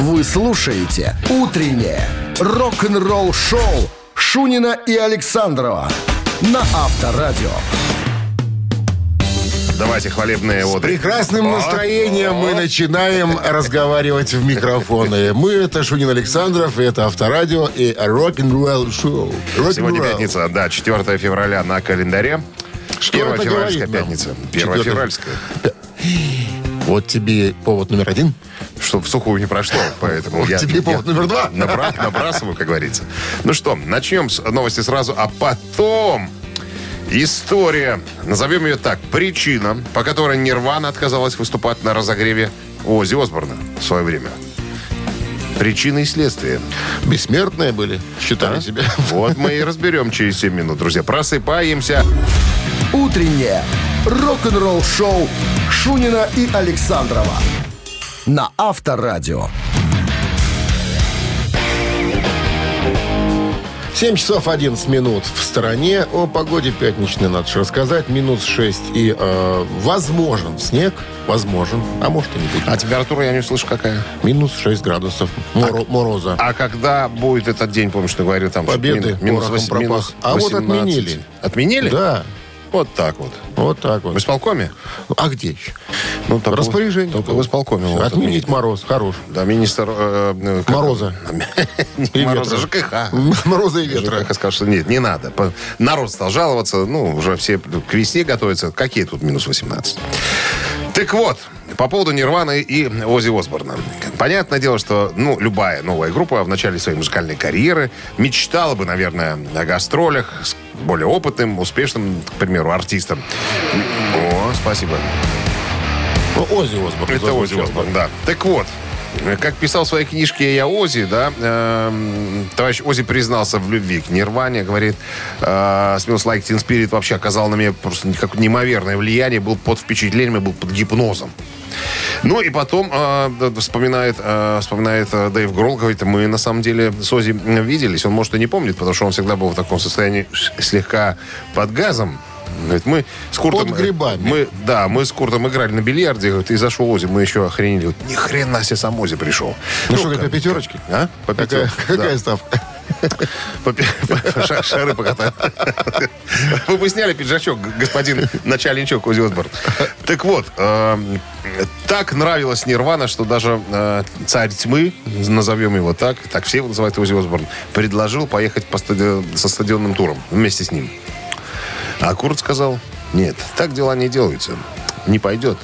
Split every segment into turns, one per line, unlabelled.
Вы слушаете «Утреннее рок-н-ролл-шоу» Шунина и Александрова на Авторадио.
Давайте хвалебные
С
оды.
прекрасным настроением мы начинаем разговаривать в микрофоны. Мы это Шунин Александров, и это Авторадио и Рок-н-ролл шоу. Рок-н-ролл.
Сегодня пятница, да, 4 февраля на календаре.
Что
Первая
это
февральская
говорит нам?
пятница.
Четвертое.
1 февральская.
Вот тебе повод номер один.
Чтобы в сухую не прошло, поэтому
Вот
я...
тебе повод
я
номер два.
набра- набрасываю, как говорится. Ну что, начнем с новости сразу, а потом... История, назовем ее так, причина, по которой Нирвана отказалась выступать на разогреве Ози Осборна в свое время. Причины и следствия.
Бессмертные были, считали себя.
Вот мы и разберем через 7 минут, друзья. Просыпаемся.
Утреннее рок-н-ролл-шоу Шунина и Александрова на Авторадио.
7 часов 11 минут в стороне. О погоде пятничной надо же рассказать. Минус 6. И э, возможен снег. Возможен. А может и не будет.
А температура я не слышу какая.
Минус 6 градусов моро- мороза.
А когда будет этот день, помнишь, ты говорил там... что
Победы
мин- минус,
порохом
вось-
пропах.
минус
А вот
18.
отменили.
Отменили?
Да.
Вот так вот.
Вот так вот.
В исполкоме?
А где еще?
Ну, только-
Распоряжение.
Только в исполкоме.
Всё,
вот
Отменить
отменили.
мороз. Хорош.
Да, министр... э, э, как-
Мороза.
Не Мороза,
ветра.
ЖКХ.
Мороза и ветра.
ЖКХ сказал, что нет, не надо. По- Народ стал жаловаться, ну, уже все к весне готовятся. Какие тут минус 18? Так вот, по поводу Нирваны и Ози Осборна. Понятное дело, что ну, любая новая группа в начале своей музыкальной карьеры мечтала бы, наверное, о гастролях с более опытным, успешным, к примеру, артистом. О, спасибо.
Ну, Оззи Осборн.
Это Ози Осборн, да. Так вот, э, как писал в своей книжке «Я Ози», да, эм, товарищ Ози признался в любви к Нирване, говорит, э, «Smells Like Teen Spirit» вообще оказал на меня просто как неимоверное влияние, был под впечатлением, я был под гипнозом. Ну и потом э, д- д- вспоминает, э, вспоминает э, Дэйв Гролл, говорит, мы на самом деле с Ози м, виделись, он, может, и не помнит, потому что он всегда был в таком состоянии ш- слегка под газом, Говорит, мы с Куртом...
Под грибами.
Мы мы- да, мы с Куртом играли на бильярде, говорит, и зашел Ози, мы еще охренели. Вот, ни хрена себе сам Ози пришел.
Ну что,
как-
какая пятерочки?
А? По
Какая,
пятерке,
какая
да.
ставка?
По пи- по ша- Шары покатали. Вы бы сняли пиджачок, господин начальничок Ози Осборн. Так вот, эм, так нравилась Нирвана, что даже э, царь тьмы, назовем его так, так все его называют Ози Осборн, предложил поехать по стади- со стадионным туром вместе с ним. А Курт сказал, нет, так дела не делаются. Не пойдет.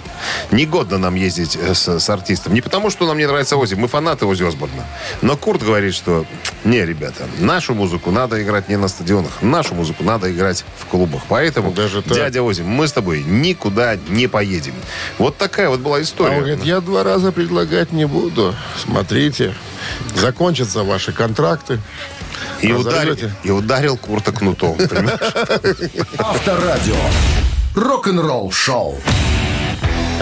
Негодно нам ездить э, с, с артистом. Не потому, что нам не нравится Ози. Мы фанаты Ози Осборна. Но Курт говорит, что не, ребята, нашу музыку надо играть не на стадионах. Нашу музыку надо играть в клубах. Поэтому,
Даже так?
дядя Ози, мы с тобой никуда не поедем. Вот такая вот была
А он
история.
говорит, я два раза предлагать не буду. Смотрите, закончатся ваши контракты.
и, ударил,
разорвете.
и ударил Курта кнутом. понимаешь?
Авторадио. Рок-н-ролл-шоу.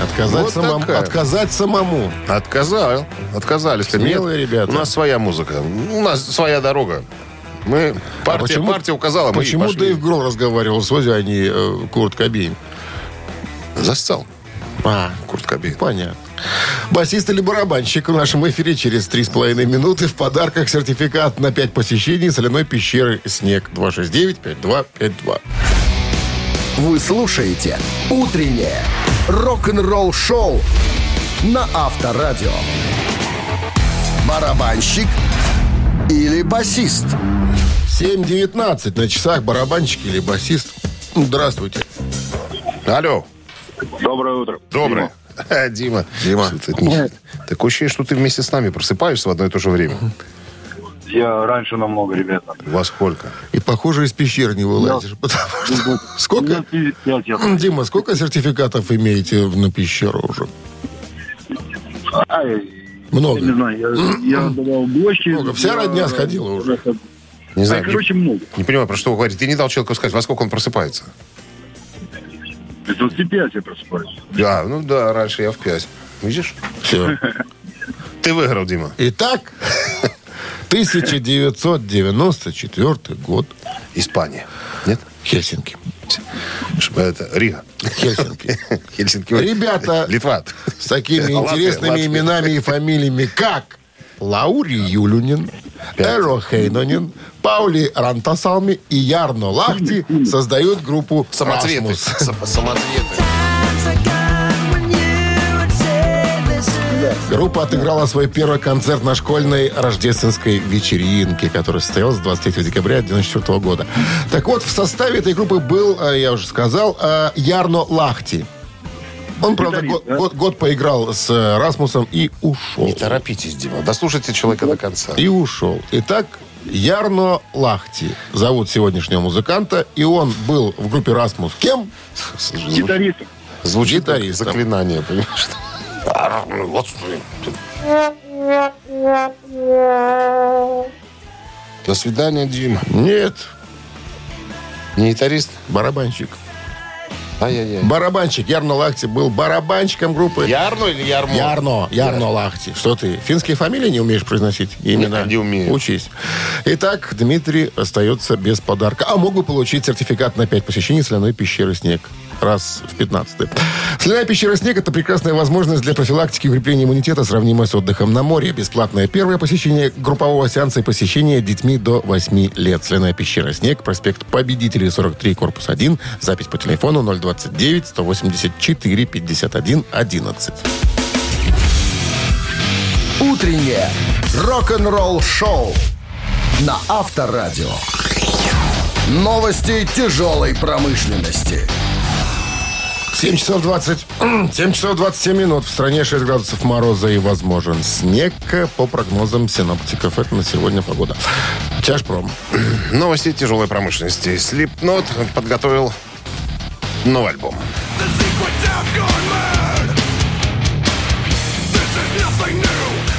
Отказать,
Вот
самому,
такая.
отказать самому. А
Отказал. Отказались.
Смелые
Нет,
ребята.
У нас своя музыка. У нас своя дорога. Мы,
А
партия, партия указала, мы и
Почему
пошли.
Дэйв Гролл разговаривал с Ози, а не э, Курт Кобейн?
Застал
А,
Курт Кобейн.
Понятно. Басист или барабанщик в нашем эфире через 3,5 минуты. В подарках сертификат на 5 посещений соляной пещеры «Снег» 269-5252.
Вы слушаете «Утреннее рок-н-ролл-шоу» на Авторадио. Барабанщик или басист?
7.19 на часах барабанщик или басист. Здравствуйте.
Алло.
Доброе утро.
Добрый. Ха, Дима.
Дима.
Что ты- не- Такое ощущение, что ты вместе с нами просыпаешься в одно и то же время.
Я раньше намного, ребята.
Во сколько?
И, похоже, из пещеры не вылазишь. Потому что...
Ну,
Сколько... Дима, сколько сертификатов имеете в- на пещеру уже? Много.
а, Я не знаю, я, я давал блоки.
М-м. Много. Вся
я-
родня сходила уже.
Не
Да,
знаю. Не,
короче, много.
не понимаю, про что вы говорите. Ты не дал человеку сказать, во сколько он просыпается.
Без 25 я просыпаюсь.
Да, ну да, раньше я в пять. Видишь?
Все.
Ты выиграл, Дима.
Итак, 1994 год.
Испания. Нет?
Хельсинки.
Ш- Это Рига.
Хельсинки.
Хельсинки.
Ребята.
Литва.
с такими
Латвия,
интересными
Латвия.
именами и фамилиями, как Лаури Юлюнин, Эро Хейнонин, Паули Рантасалми и Ярно Лахти создают группу
Самоцветы.
«Расмус».
Сам- Самоцветы.
Группа отыграла свой первый концерт на школьной рождественской вечеринке, которая состоялась 23 декабря 1994 года. Так вот, в составе этой группы был, э, я уже сказал, э, Ярно Лахти. Он, правда,
Гитарист,
год,
да?
год- год поиграл с э, Расмусом и ушел.
Не торопитесь, Дима. Дослушайте человека до конца.
И ушел. Итак, Ярно Лахти зовут сегодняшнего музыканта, и он был в группе Расмус кем?
Гитарист.
Звучит как
Гитаристом.
заклинание, понимаешь? ну Вот. До свидания, Дима.
Нет,
Не гитарист?
барабанщик.
Ай-яй-яй.
Барабанщик Ярно Лахти был барабанщиком группы.
Ярно или ярмо?
Ярно, Ярно Лахти. Что ты, финские фамилии не умеешь произносить? Имена.
Нет, не умею.
Учись. Итак, Дмитрий остается без подарка. А могу получить сертификат на 5 посещений соляной пещеры «Снег». Раз в 15 Соляная пещера «Снег» — это прекрасная возможность для профилактики и укрепления иммунитета, сравнимая с отдыхом на море. Бесплатное первое посещение группового сеанса и посещение детьми до 8 лет. Соляная пещера «Снег», проспект Победителей, 43, корпус 1. Запись по телефону 029-184-51-11.
Утреннее рок-н-ролл-шоу на Авторадио. Новости тяжелой промышленности.
7 часов 20. 7 часов 27 минут. В стране 6 градусов мороза и возможен снег. По прогнозам синоптиков. Это на сегодня погода. Тяжпром.
Новости тяжелой промышленности. Слепнот подготовил новый альбом.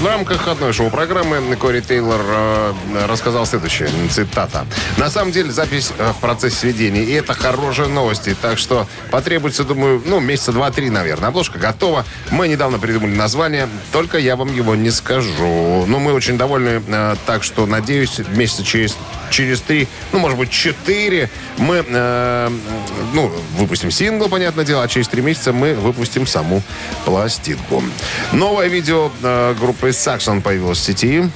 В рамках одной шоу-программы Кори Тейлор э, рассказал следующее, цитата. «На самом деле запись э, в процессе сведения, и это хорошие новости, так что потребуется, думаю, ну, месяца два-три, наверное. Обложка готова, мы недавно придумали название, только я вам его не скажу. Но Ну, мы очень довольны, э, так что, надеюсь, месяца через, через три, ну, может быть, четыре мы, э, ну, выпустим сингл, понятное дело, а через три месяца мы выпустим саму пластинку. Новое видео э, группы Saxon появилось в сети.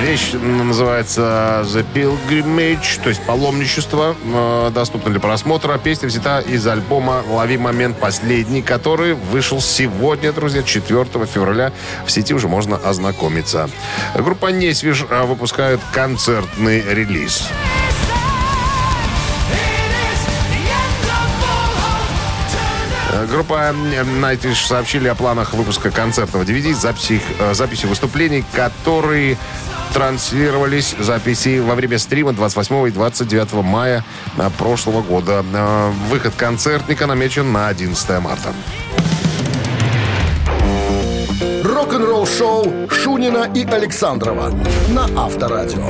Вещь м, называется The Pilgrimage, то есть паломничество, э, доступно для просмотра. Песня взята из альбома «Лови момент последний», который вышел сегодня, друзья, 4 февраля. В сети уже можно ознакомиться. Группа «Несвиж» э, выпускает концертный релиз. Э, Группа Nightwish сообщили о планах выпуска концертного DVD, записи, э, записи выступлений, которые транслировались записи во время стрима 28 и 29 мая э, прошлого года. Э, Выход концертника намечен на 11 марта.
Рок-н-ролл-шоу Шунина и Александрова на Авторадио.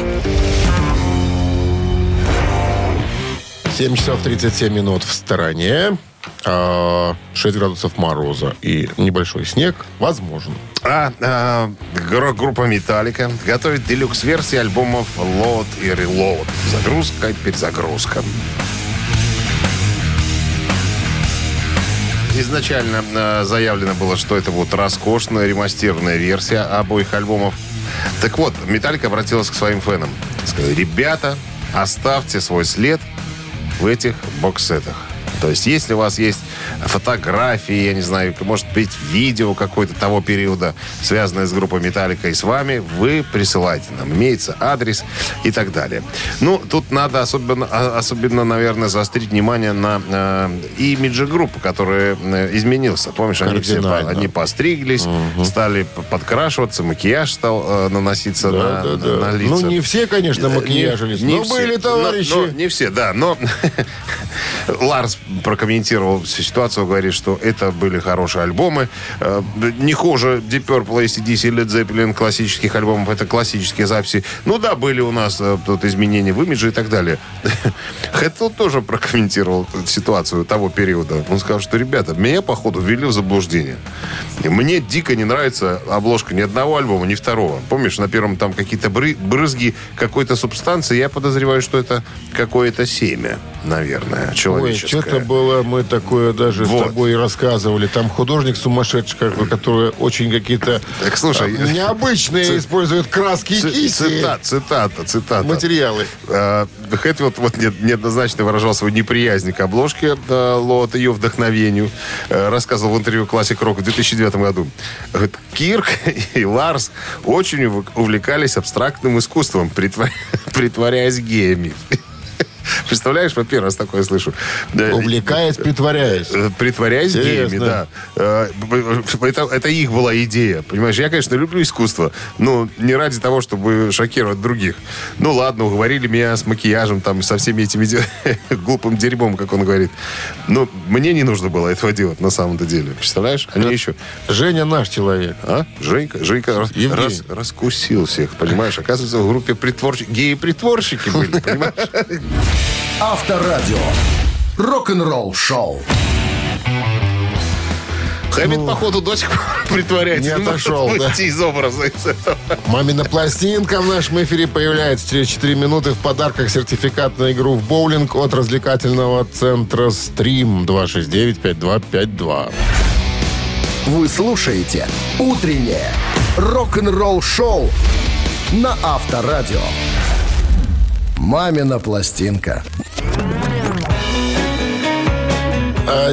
7 часов 37 минут в стороне. А, 6 градусов мороза и небольшой снег. Возможен.
А э, гро- группа Металлика готовит делюкс-версии альбомов Load и Reload. Загрузка и перезагрузка. Изначально э, заявлено было, что это будет роскошная ремастированная версия обоих альбомов. Так вот, Металлика обратилась к своим фенам. Сказала, ребята, оставьте свой след в этих боксетах. То есть, если у вас есть фотографии, я не знаю, может быть, видео какое-то того периода, связанное с группой Металлика и с вами, вы присылайте нам. Имеется адрес и так далее. Ну, тут надо особенно, а- особенно наверное, заострить внимание на э, имидже группы, который э, изменился. Помнишь, они все по-
Кардинально.
они постриглись, стали п- подкрашиваться, макияж стал э, наноситься на, на лица. Э,
Ну, не все, конечно, макияжились,
Не
но
все.
были
Но-
товарищи.
но не все, да. Но Ларс прокомментировал всю ситуацию, говорит, что это были хорошие альбомы. Э, Не хуже Deep Purple, ACDC, Led Zeppelin, классических альбомов. Это классические записи. Ну да, были у нас э, тут изменения в имидже и так далее. Хэтл тоже прокомментировал ситуацию того периода. Он сказал, что, ребята, меня, походу, ввели в заблуждение. И Мне дико не нравится обложка ни одного альбома, ни второго. Помнишь, на первом там какие-то бры- брызги какой-то субстанции. Я подозреваю, что это какое-то семя. наверное,
Ой,
человеческое.
что-то было, мы такое даже
Вот.
с тобой и рассказывали. Там художник сумасшедший, какой, который очень какие-то
Так, слушай,
а, необычные
ци-
использует краски и
Ци-
кисти.
цитат- цитата, цитата.
Материалы.
Э, Хэтфилд вот не- неоднозначно выражал свою неприязнь к обложке э, Лот, ее вдохновению. Э, Рассказывал в интервью Classic Rock в 2009 году. Говорит, Кирк и Ларс очень ув- увлекались абстрактным искусством, притва- притворяясь геями. Представляешь, во первый раз такое слышу. Да,
Увлекаясь, притворяясь.
Э, Притворяясь геями, да.
Интересно.
Э, б- б- Это, это их была идея. Понимаешь, я, конечно, люблю искусство, но не ради того, чтобы шокировать других. Ну ладно, уговорили меня с макияжем, там, со всеми этими де- глупым дерьмом, как он говорит. Но мне не нужно было этого делать на самом-то деле. Представляешь? Они еще...
Женя наш человек.
А? Женька, Женька рас-
Евгений.
рас- раскусил всех, понимаешь? Оказывается, в группе притворщики... Геи-притворщики были, понимаешь?
Авторадио. Рок-н-ролл шоу.
Хэммит, походу, до сих пор притворяется.
Ну. Не
может
отошел, да.
выйти из образа из этого.
Мамина пластинка в нашем эфире появляется через 4 минуты. В подарках сертификат на игру в боулинг от развлекательного центра «Стрим» 269-5252.
Вы слушаете «Утреннее рок-н-ролл-шоу» на Авторадио. «Мамина пластинка».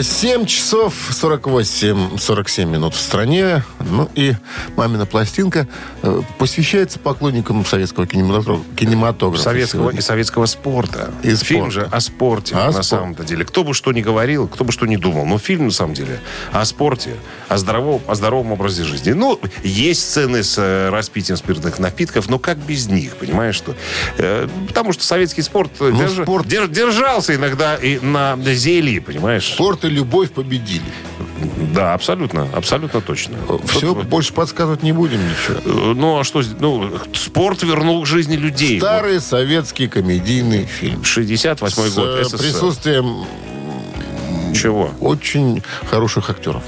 7 часов 48-47 минут в стране. Ну и «Мамина пластинка» э, посвящается поклонникам советского кинематографа. кинематографа
советского
сегодня.
и советского спорта.
И А, спорта.
Фильм же о спорте,
О
на
спор-
самом-то деле. Кто бы что ни говорил, кто бы что ни думал, но фильм, на самом деле, о спорте, о здоровом, о здоровом образе жизни. Ну, есть сцены с э, распитием спиртных напитков, но как без них, понимаешь, что... э, потому что советский спорт, э,
Ну,
держа-
спорт-
дер- держался иногда и на зелье, понимаешь?
Спорт и любовь победили.
Да, абсолютно, абсолютно точно.
Э, Все, больше подсказывать не будем ничего.
Э, Ну, а что... здесь? Ну, спорт вернул к жизни людей.
Старый советский комедийный фильм.
Вот 68-й
С,
год,
э,
СССР.
присутствием
Чего?
очень хороших актеров.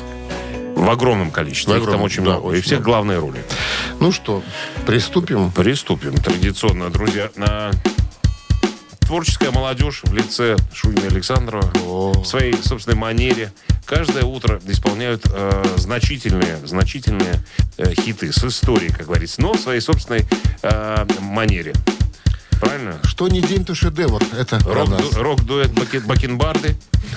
В огромном количестве.
В
Их там
огромном,
очень
да,
много. и
очень
всех
много.
главные роли.
Ну что, приступим.
Приступим. Традиционно, друзья, на творческая молодежь в лице Шунина Александрова в своей собственной манере каждое утро исполняют э, значительные, значительные э, хиты с историей, как говорится, но в своей собственной э, манере. Правильно?
Что не день, то шедевр. Это про нас.
Рок-ду- Рок-дуэт Баки- Бакенбарды.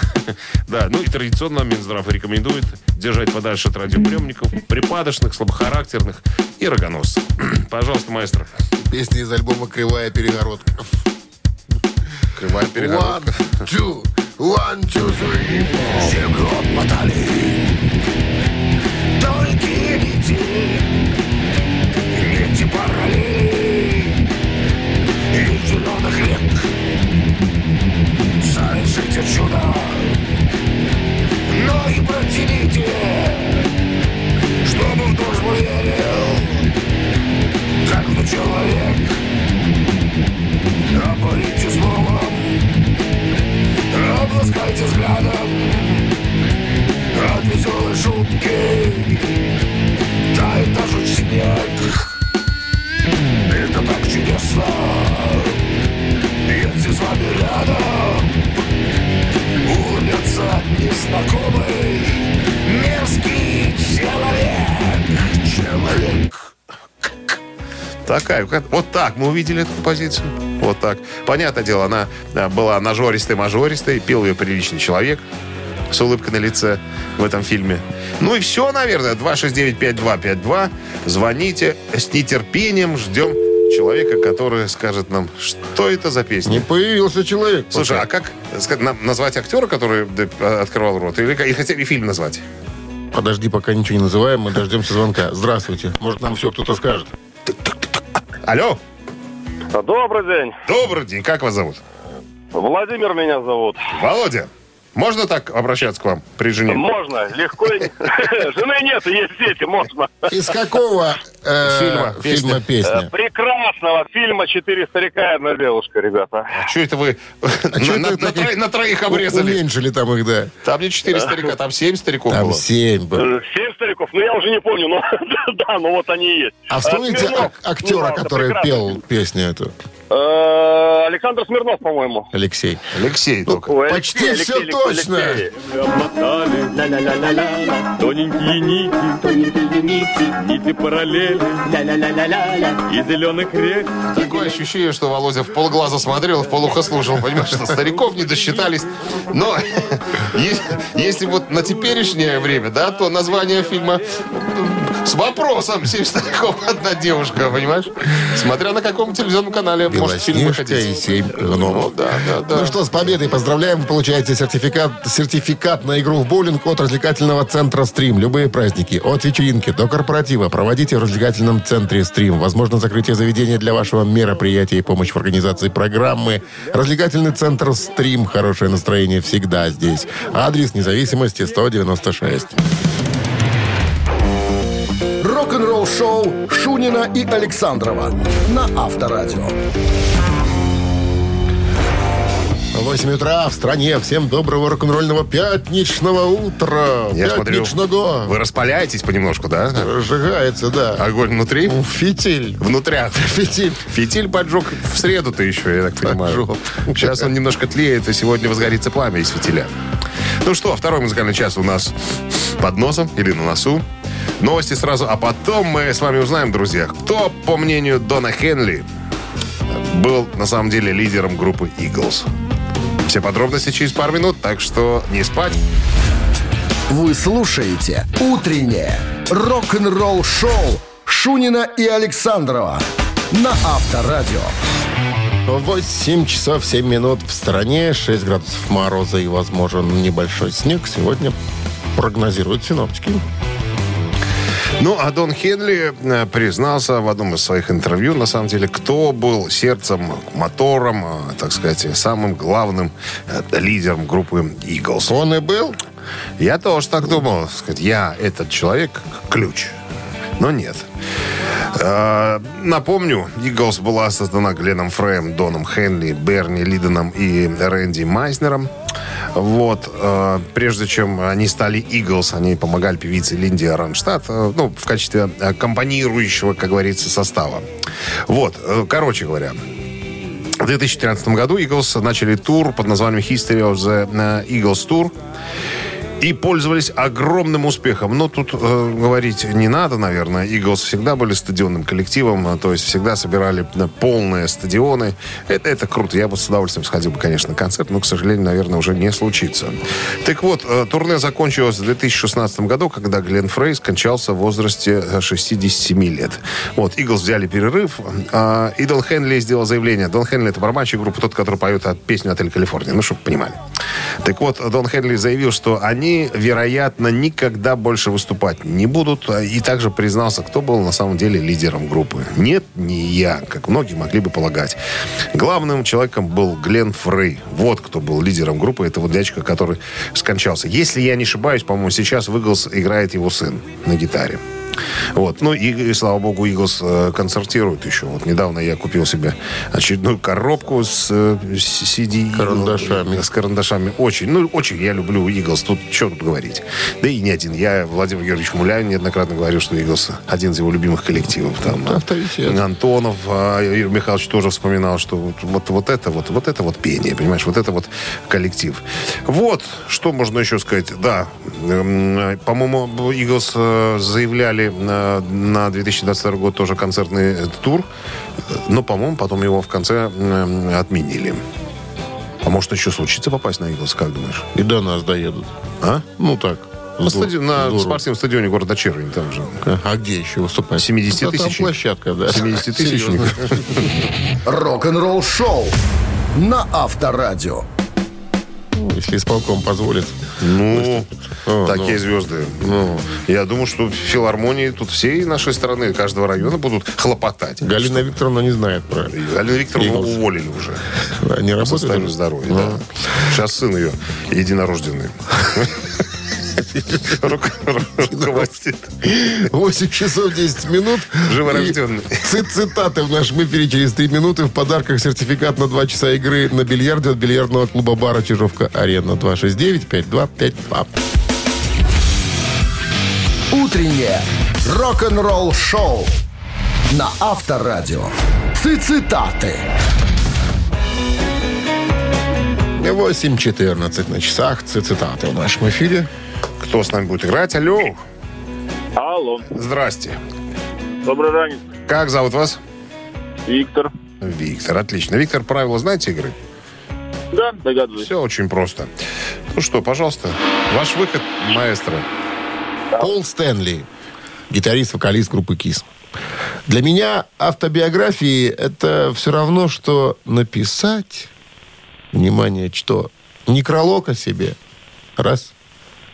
Да, ну и традиционно Минздрав рекомендует держать подальше от радиоприемников, припадочных, слабохарактерных и рогоносцев. Пожалуйста, маэстро.
Песня из альбома «Кривая перегородка».
Кривая перегородка.
One, two, one, two, three.
Землю отмотали. Только идти, эти параллели и зеленых век. Совершите чудо, но и протяните, чтобы в дружбу верил, как в человек. Оборите словом, обласкайте взглядом от веселой шутки тает даже снег. Это так чудесно, если с вами рядом улыбнется незнакомый мерзкий человек. Человек.
Такая. как- Вот так мы увидели эту композицию. Вот так. Понятное дело, она э, была нажористой-мажористой, пел ее приличный человек с улыбкой на лице в этом фильме. Ну и все, наверное. 269-5252. Звоните. С нетерпением ждем человека, который скажет нам, что это за песня.
Не появился человек. пока.
Слушай, а как ска- нам назвать актера, который д- э, открывал рот? Или, или хотя бы фильм назвать?
Подожди, пока ничего не называем, мы дождемся звонка. Здравствуйте. Может, нам все кто-то скажет.
Алло,
Добрый день.
добрый день, как вас зовут?
Владимир меня зовут.
Володя, можно так обращаться к вам при жене?
Можно, легко. и- Жены нет, есть дети, можно.
Из какого э,
Фильма,
фильма песня?
Прекрасного фильма «Четыре старика и одна девушка», ребята.
Что это вы на-
А чё это
на,
вы
на
таких-
тро- на троих
У-
Э, обрезали?
Уменьшили там их, да.
Там не четыре старика, там семь стариков
Там
было.
семь было.
Э, Семь стариков, ну я уже не помню, но да, ну вот они и есть.
А вспомните
Э,
Смирнов,
ак- актера,
ну, это
который
прекрасно.
пел песню эту?
Э, Александр Смирнов, по-моему.
Алексей.
Алексей
Ну,
только.
Ой,
Почти все
Алексей,
точно.
Алексей.
Обмотали
Ла-ла-ла-ла-ла,
тоненькие нити,
тоненькие нити,
нити параллели
ла-ла-ла-ла-ла-ла.
и зеленых рек.
Такое ощущение, что Володя в полглаза смотрел, в полухо слушал. Понимаешь, что стариков не досчитались. Но е- если вот на теперешнее время, да, то название фильма м, с вопросом «Семь стариков, одна девушка», понимаешь? Смотря на каком телевизионном канале может фильм
Белоснежка и
выходить.
семь гномов.
Ну да, да, да.
Ну что, с победой поздравляем. Вы получаете сертификат, сертификат на игру в боулинг от развлекательного центра «Стрим». Любые праздники от вечеринки до корпоратива проводите в развлекательном центре «Стрим». Возможно, закрытие заведения для вашего мероприятия и помощь в организации программы. Развлекательный центр «Стрим». Хорошее настроение всегда здесь. Адрес независимости 196.
Рок-н-ролл-шоу Шунина и Александрова на Авторадио.
8 утра в стране. Всем доброго рок-н-ролльного пятничного утра.
Я смотрю,
Пятничного.
вы распаляетесь понемножку, да?
Разжигается, да.
Огонь внутри?
Фитиль.
Внутря.
Фитиль.
Фитиль поджег в среду-то еще, я так понимаю.
Поджег.
Сейчас он немножко тлеет, и сегодня возгорится пламя из фитиля. Ну что, второй музыкальный час у нас под носом или на носу. Новости сразу, а потом мы с вами узнаем, друзья, кто, по мнению Дона Хенли, был на самом деле лидером группы Eagles. Все подробности через пару минут, так что не спать.
Вы слушаете «Утреннее рок-н-ролл-шоу» Шунина и Александрова на Авторадио.
8 часов 7 минут в стране, 6 градусов мороза и, возможен, небольшой снег. Сегодня прогнозируют синоптики.
Ну, а Дон Хенли э, признался в одном из своих интервью, на самом деле, кто был сердцем, мотором, э, так сказать, самым главным э, лидером группы Eagles.
Он и был.
Я тоже так думал. так сказать, я этот человек ключ. Но нет. Э, Напомню, Eagles была создана Гленном Фреем, Доном Хенли, Берни Лиденом и Рэнди Майснером. Вот. э, Прежде чем они стали Eagles, они помогали певице Линде Ранштадт, э, ну, в качестве э, аккомпанирующего, как говорится, состава. Вот. э, Короче говоря, в 2013 году Eagles начали тур под названием History of the э, Eagles Tour и пользовались огромным успехом. Но тут э, говорить не надо, наверное. Иглс всегда были стадионным коллективом, э, то есть всегда собирали э, полные стадионы. Это, это круто. Я бы с удовольствием сходил бы, конечно, на концерт, но, к сожалению, наверное, уже не случится. Так вот, э, турне закончилось в 2016 году, когда Глен Фрей скончался в возрасте э, 67 лет. Вот, Иглс взяли перерыв, э, и Дон Хенли сделал заявление. Дон Хенли — это барабанщик группы, тот, который поет от песню «Отель Калифорния». Ну, чтобы понимали. Так вот, Дон Хенли заявил, что они, вероятно, никогда больше выступать не будут. а, И также признался, кто был на самом деле лидером группы. Нет, не я, как многие могли бы полагать. Главным человеком был Глен Фрей. Вот кто был лидером группы. Это вот дядечка, который скончался. Если я не ошибаюсь, по-моему, сейчас в Иглс играет его сын на гитаре. Вот. Ну и, и, слава богу, Иглс э, концертирует еще. Вот недавно я купил себе очередную коробку с э, с CD.
Карандашами.
С карандашами. Очень. Ну, очень я люблю Иглс. Тут что тут говорить. Да и не один. Я Владимир Георгиевич Муляин неоднократно говорил, что Иглс один из его любимых коллективов. Там,
Ну,
э,
Авторитет.
Антонов, а, Юрий Михайлович тоже вспоминал, что вот, вот, вот это вот, вот это вот пение, понимаешь, вот это вот коллектив. Вот, что можно еще сказать. Да, эм, э, по-моему, Иглс э, заявляли на, на 2022 год тоже концертный э, тур, э, но, по-моему, потом его в конце эм, отменили. А может, еще случится попасть на Иглс, как думаешь?
И до нас доедут.
А?
Ну так.
На,
здор-
стади- на
здорово.
спортивном стадионе города Червень там же.
А где еще выступать?
70
Да там
тысяч.
площадка, да.
70 тысяч.
Э, Серьезно.
Рок-н-ролл-шоу на Авторадио.
Ну, Если исполком позволит.
Ну,
А, Ну.
такие звезды. Я думаю, что в филармонии тут всей нашей страны, каждого района будут хлопотать.
Галина Викторовна не знает про
И Галину Викторовну
Иглс.
уволили уже.
Они
По
работают?
состоянию
уже?
здоровья,
А.
да. Сейчас сын ее единорожденный. Рука- Руководит.
8 часов 10 минут.
Живорожденный.
И ци- Цитаты в нашем эфире через 3 минуты. В подарках сертификат на 2 часа игры на бильярде от бильярдного клуба бара Чижовка-Арена 269-5252.
«Утреннее рок-н-ролл-шоу» на Авторадио. Цицитаты.
8.14 на часах. Цитаты в нашем эфире.
Кто с нами будет играть? Алло.
Алло,
Здрасте.
добрый ранец.
Как зовут вас?
Виктор.
Виктор. Отлично. Виктор, правила знаете игры?
Да, догадываюсь.
Все очень просто. Ну что, пожалуйста, ваш выход, маэстро.
Пол Стэнли, гитарист, вокалист группы Кис. Для меня автобиографии это все равно, что написать, внимание, что некролог о себе, раз,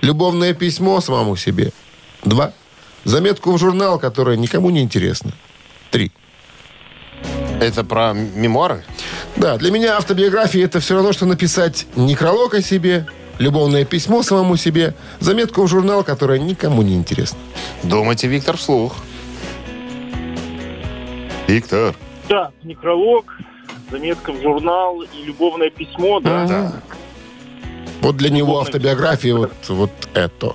любовное письмо самому себе, два, заметку в журнал, которая никому не интересна, три.
Это про м- мемуары?
Да, для меня автобиография это все равно, что написать некролог о себе, любовное письмо самому себе, заметку в журнал, которая никому не интересна.
Думайте, Виктор, вслух. Виктор.
Да, некролог, заметка в журнал и любовное письмо, да.
Вот для него автобиография вот, вот это.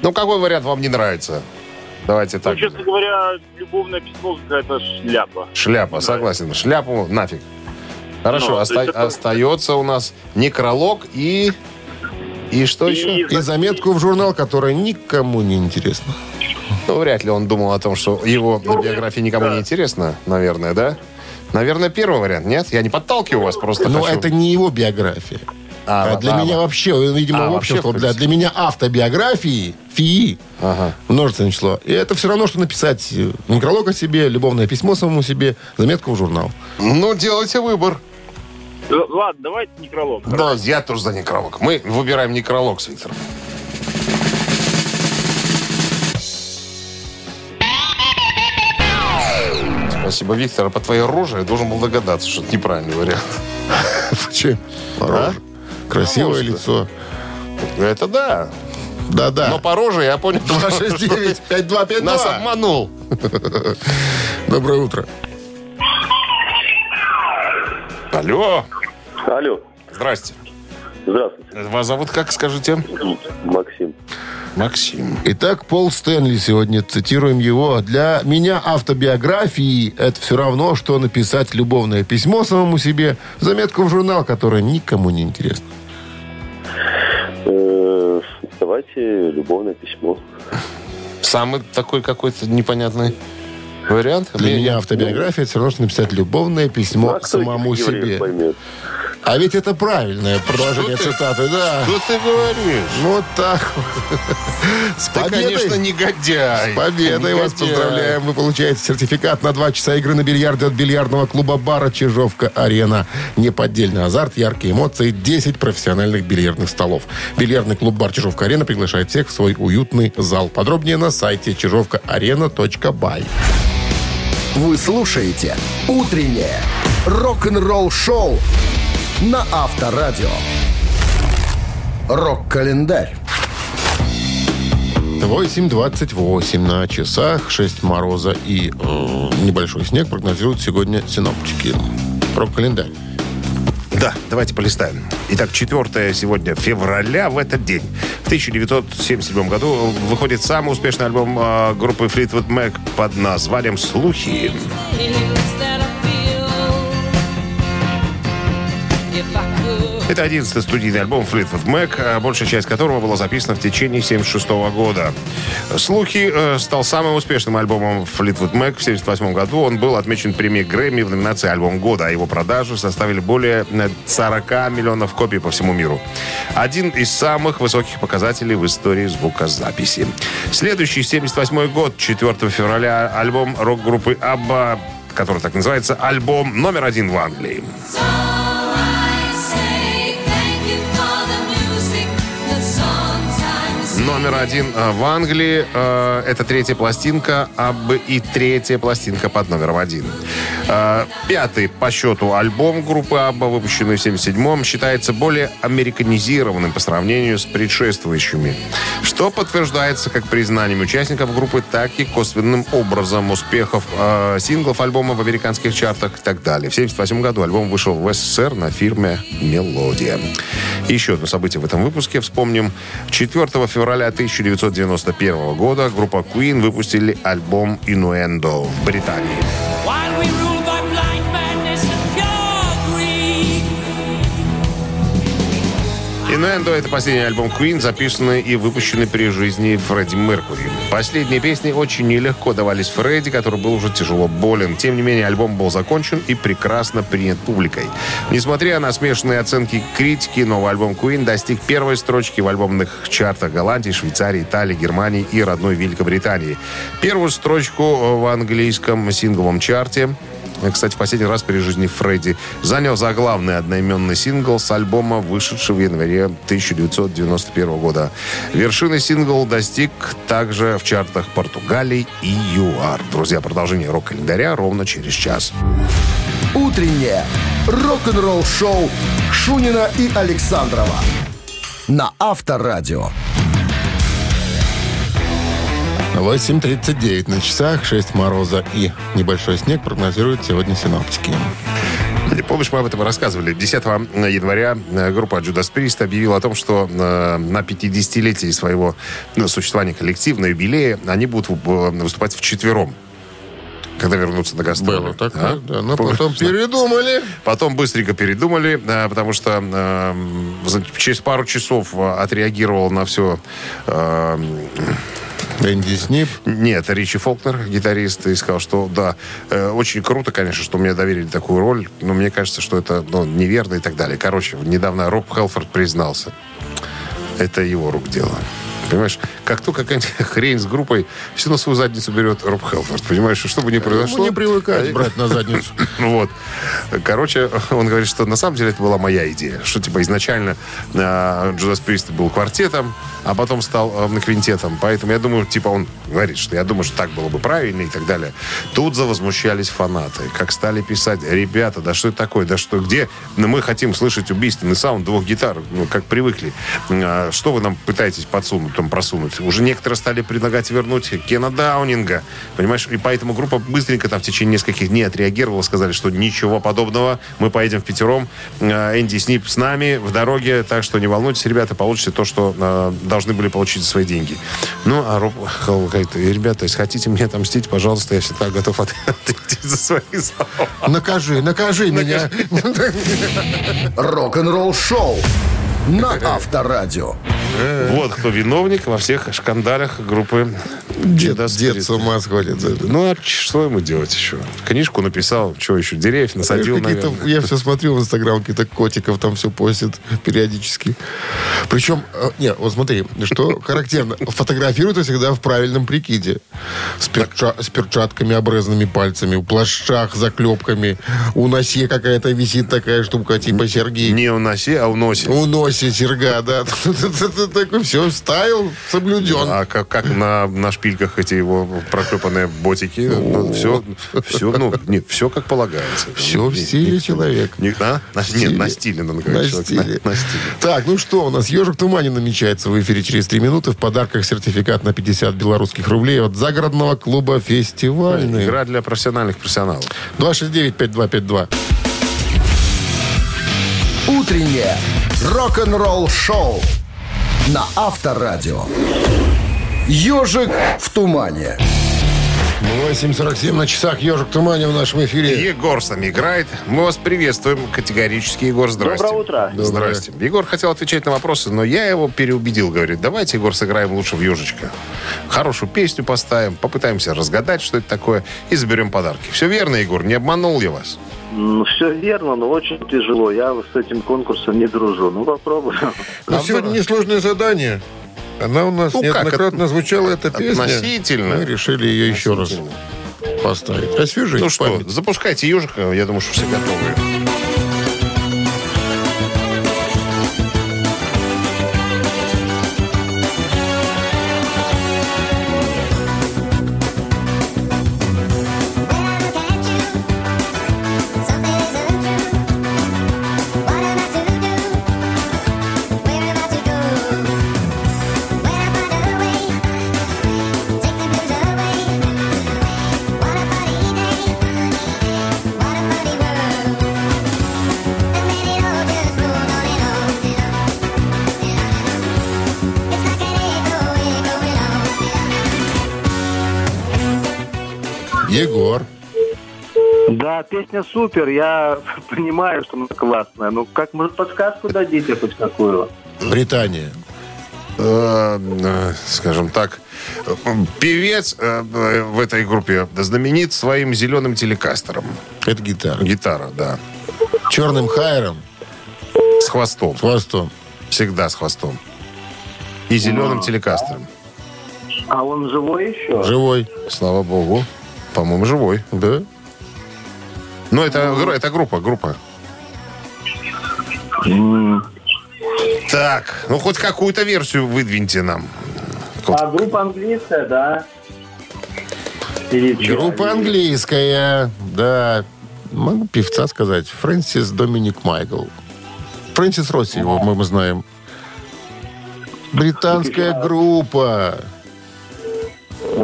Ну, какой вариант вам не нравится? Давайте
Ну,
так.
честно говоря, любовное письмо какая-то шляпа.
Шляпа, согласен. Шляпу нафиг. Хорошо,
Ну,
оста-
то есть это-
остается у нас некролог и... И что
И-
еще?
И заметку в журнал, которая никому не интересна.
Ну, вряд ли он думал о том, что его
Ну,
биография никому
да.
не интересна, наверное, да? Наверное, первый вариант, нет? Я не подталкиваю вас, просто
Но
хочу.
Ну, это не его биография.
А,
А для
а,
меня вообще, он, видимо,
А,
в
вообще,
общем, сказал,
в
для,
принципе.
для меня автобиографии, фии,
Ага.
множественное число. И это все равно, что написать э, некролог о себе, любовное письмо самому себе, заметку в журнал.
Ну, делайте выбор.
Л- Ладно, давайте некролог.
Да, Ну, а я тоже за некролог. Мы выбираем некролог с Виктором. Спасибо, Виктор. А По твоей роже я должен был догадаться, что это неправильный вариант.
Вообще,
А?
красивое
Потому
лицо.
Это да. Но
Да-да.
по роже я понял, что ты
269-5252.
нас обманул.
Доброе утро.
Алло.
Алло,
Здрасте.
здравствуйте,
Вас зовут как, скажите?
Максим.
Максим.
Итак, Пол Стэнли сегодня, цитируем его. Для меня автобиографии – это все равно, что написать любовное письмо самому себе, заметку в журнал, которая никому не интересна.
Э, Давайте любовное письмо.
Самый такой какой-то непонятный вариант.
Для
Мне-
меня автобиография – это все равно, что написать любовное письмо
А
к
кто этих
самому
евреев
себе.
поймет?
А ведь это правильное продолжение
ты?
цитаты, да.
Что Ну, ты говоришь?
Вот так вот. С
Ты, конечно, негодяй.
С победой вас
Негодяй.
поздравляем. Вы получаете сертификат на 2 часа игры на бильярде от бильярдного клуба-бара «Чижовка-арена». Неподдельный азарт, яркие эмоции, 10 профессиональных бильярдных столов. Бильярдный клуб-бар «Чижовка-арена» приглашает всех в свой уютный зал. Подробнее на сайте чижовка-арена.бай.
Вы слушаете «Утреннее рок-н-ролл-шоу» на Авторадио. Рок-календарь.
8.28 на часах, 6 мороза и э, небольшой снег прогнозируют сегодня синоптики. Про календарь.
Да, давайте полистаем. Итак, 4 сегодня февраля в этот день. В 1977 году выходит самый успешный альбом э, группы Fleetwood Mac под названием «Слухи». Это 11-й студийный альбом Fleetwood Mac, э, большая часть которого была записана в течение 76 года. «Слухи» э, стал самым успешным альбомом Fleetwood Mac в 78 году. Он был отмечен премией Грэмми в номинации «Альбом года», а его продажи составили более э, 40 миллионов копий по всему миру. Один из самых высоких показателей в истории звукозаписи. Следующий, 78 год, 4 февраля, альбом рок-группы «Абба», который так называется, альбом номер один в Англии. Номер один э, в Англии. э, Это третья пластинка Аббы и третья пластинка под номером один. Э, Пятый по счету альбом группы Абба, выпущенный в 77-м, считается более американизированным по сравнению с предшествующими, что подтверждается как признанием участников группы, так и косвенным образом успехов э, синглов альбома в американских чартах и так далее. В 78 году альбом вышел в СССР на фирме «Мелодия». Еще одно событие в этом выпуске вспомним. 4 февраля 1991 года группа Queen выпустили альбом «Инуэндо» в Британии.
While we rule by blind
Фернандо – это последний альбом Queen, записанный и выпущенный при жизни Фредди Меркури. Последние песни очень нелегко давались Фредди, который был уже тяжело болен. Тем не менее, альбом был закончен и прекрасно принят публикой. Несмотря на смешанные оценки критики, новый альбом Queen достиг первой строчки в альбомных чартах Голландии, Швейцарии, Италии, Германии и родной Великобритании. Первую строчку в английском сингловом чарте кстати, в последний раз при жизни Фредди, занял заглавный одноименный сингл с альбома, вышедшего в январе 1991 года. Вершины сингл достиг также в чартах Португалии и ЮАР. Друзья, продолжение рок-календаря ровно через час.
Утреннее рок-н-ролл-шоу Шунина и Александрова на Авторадио.
8.39 на часах, 6 мороза и небольшой снег прогнозируют сегодня синоптики.
Помнишь, мы об этом рассказывали. 10 января э, группа Judas Priest объявила о том, что э, на 50-летие своего ну, существования коллективного юбилея они будут э, выступать вчетвером когда вернутся на гастролы.
Было так,
А?
да, но
Помнишь?
потом передумали.
Потом быстренько передумали, э, потому что эм, за- через пару часов э, отреагировал на все...
Энди Снип.
нет, Ричи Фолкнер, гитарист, и сказал, что да, э, очень круто, конечно, что мне доверили такую роль, но мне кажется, что это ну, неверно и так далее. Короче, недавно Роб Хелфорд признался. Это его рук дело. Понимаешь, как только какая-нибудь хрень с группой, все на свою задницу берет Роб Хелфорд. Понимаешь, что бы ни произошло...
Ну, не привыкать
а-
брать на задницу.
Вот. Короче, он говорит, что на самом деле это была моя идея. Что, типа, изначально э, Джудас Прист был квартетом, а потом стал э, квинтетом. Поэтому, я думаю, типа, он говорит, что я думаю, что так было бы правильно и так далее. Тут завозмущались фанаты. Как стали писать, ребята, да что это такое, да что, где? Ну, Мы хотим слышать убийственный саунд двух гитар, ну, как привыкли. А Что вы нам пытаетесь подсунуть, там, просунуть? Уже некоторые стали предлагать вернуть Кена Даунинга, понимаешь? И поэтому группа быстренько там в течение нескольких дней отреагировала, сказали, что ничего подобного, мы поедем в пятером, А, Энди Снип с нами в дороге, так что не волнуйтесь, ребята, получите то, что а, должны были получить за свои деньги. Ну, а Роб Хелл говорит, ребята, если хотите мне отомстить, пожалуйста, я всегда готов от- ответить за свои слова.
Накажи, накажи меня.
Рок-н-ролл-шоу на Авторадио.
Вот кто виновник во всех шкандалях группы
Дед,
Judas
дед
Priest.
с ума сходит.
Ну, а ч- что ему делать еще? Книжку написал, что еще, деревьев насадил,
Какие-то-
наверное.
я все смотрю в Инстаграм, какие-то котиков там все постят периодически. Причем, э, не, вот смотри, что характерно, фотографируют всегда в правильном прикиде. С, перча- с перчатками, обрезанными пальцами, в плащах, заклепками. У носе какая-то висит такая штука, типа Сергей.
Не уноси, а уноси.
У носе серга, да. Такой все, стайл соблюден.
А как, как на, на шпильках эти его проклепанные ботики. ну,
Ну,
все, все, ну, нет, все как полагается.
Все в
Ни-
стиле
никто-
человек.
ни- а? На,
В
Нет,
стиле.
на стиле, надо
На
говорить. человек,
стиле.
на- на стиле.
Так, ну что, у нас ежик в тумане намечается в эфире через 3 минуты. В подарках сертификат на 50 белорусских рублей от загородного клуба «Фестивальный».
Игра для профессиональных профессионалов.
269-5252.
Утреннее рок-н-ролл-шоу на Авторадио. Ежик в тумане.
8.47 на часах «Ежик в тумане» в нашем эфире.
Егор с нами играет. Мы вас приветствуем категорически. Егор, здрасте.
Доброе утро.
Здрасте. Егор хотел отвечать на вопросы, но я его переубедил. Говорит, давайте, Егор, сыграем лучше в «Ежичка». Хорошую песню поставим, попытаемся разгадать, что это такое, и заберем подарки. Все верно, Егор, не обманул я вас.
Все Ну, верно, но очень тяжело. Я с этим конкурсом не дружу. Ну, попробуем.
Ну, сегодня несложное задание. Она у нас
Ну, как,
неоднократно звучала эта песня.
относительно.
Мы решили ее еще раз поставить. Освежить
Ну что,
память.
запускайте «Ежика», я думаю, что все готовы.
Егор.
Да, песня
Ну,
супер, я понимаю, что она классная, но как может подсказку дадите хоть какую?
Британия.
э, э, скажем так, э, певец э, э, в этой группе знаменит своим зеленым телекастером.
Это гитара.
Гитара, да.
Черным хайером
С хвостом.
с хвостом.
Всегда с хвостом. И зеленым телекастером.
А он живой еще?
Живой.
Слава богу. По-моему, живой.
Да?
Но
Ну,
это, гру- это группа, группа. Так, ну хоть какую-то версию выдвиньте нам.
А группа английская, да? Или чё?
Группа английская. Да. Могу певца сказать. Фрэнсис Доминик Майкл. Фрэнсис Росси его мы, мы знаем. Британская группа.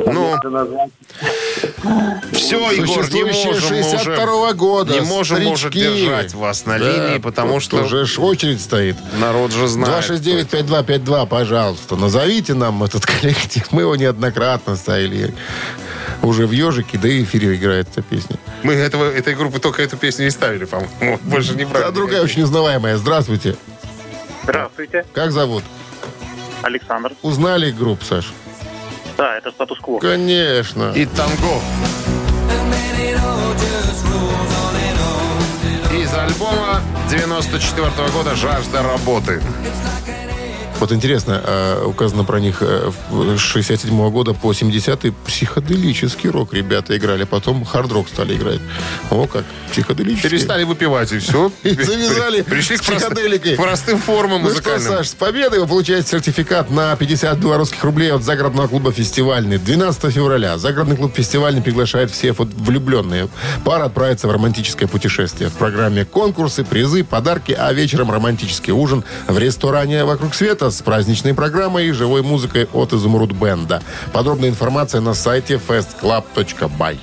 Ну,
Это название.
Все, Егор, не
Существующая
можем мы уже-
62-го года.
Не можем, может,
Старички.
держать вас на
Да,
линии, потому
тут
что
Уже ж очередь стоит.
народ же знает.
269-5252, пожалуйста, назовите нам этот коллектив. Мы его неоднократно ставили уже в «Ежике», да и в эфире играет эта песня.
Мы этого, этой группы только эту песню и ставили, по-моему. Больше не
А другая очень узнаваемая. Здравствуйте.
Здравствуйте,
Как зовут?
Александр.
Узнали группу, Саш?
Да, это статус-кво.
Конечно.
И танго. Из альбома 94 года «Жажда работы».
Вот интересно, а, указано про них э, в- с 67 года по 70 психоделический рок ребята играли, потом хард-рок стали играть. О, как, психоделический.
Перестали выпивать, и все.
И завязали
Пришли
с
к прост-
психоделикой.
простым формам
Ну что,
музыкальным.
Саш, с победой вы получаете сертификат на 50 белорусских рублей от загородного клуба «Фестивальный». 12 февраля загородный клуб «Фестивальный» приглашает всех вот влюбленные. Пара отправится в романтическое путешествие. В программе конкурсы, призы, подарки, а вечером романтический ужин в ресторане «Вокруг света» с праздничной программой и живой музыкой от «Изумруд Бенда». Подробная информация на сайте festclub.by.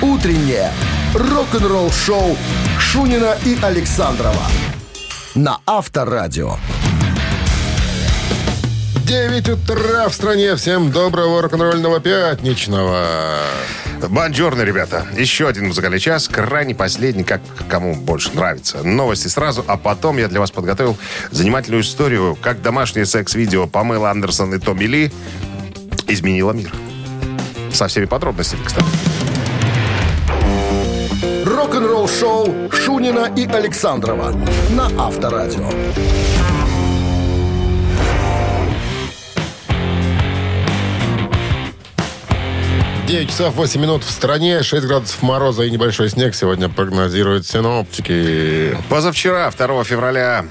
Утреннее рок-н-ролл-шоу Шунина и Александрова на Авторадио.
9 утра в стране. Всем доброго рок-н-ролльного пятничного.
Бонжорно, ребята. Еще один музыкальный час. Крайне последний, как кому больше нравится. Новости сразу, а потом я для вас подготовил занимательную историю, как домашнее секс-видео Памела Андерсон и Томми Ли изменило мир. Со всеми подробностями, кстати.
Рок-н-ролл-шоу Шунина и Александрова на Авторадио.
9 часов 8 минут в стране, 6 градусов мороза и небольшой снег сегодня прогнозируют синоптики.
Позавчера, 2 февраля,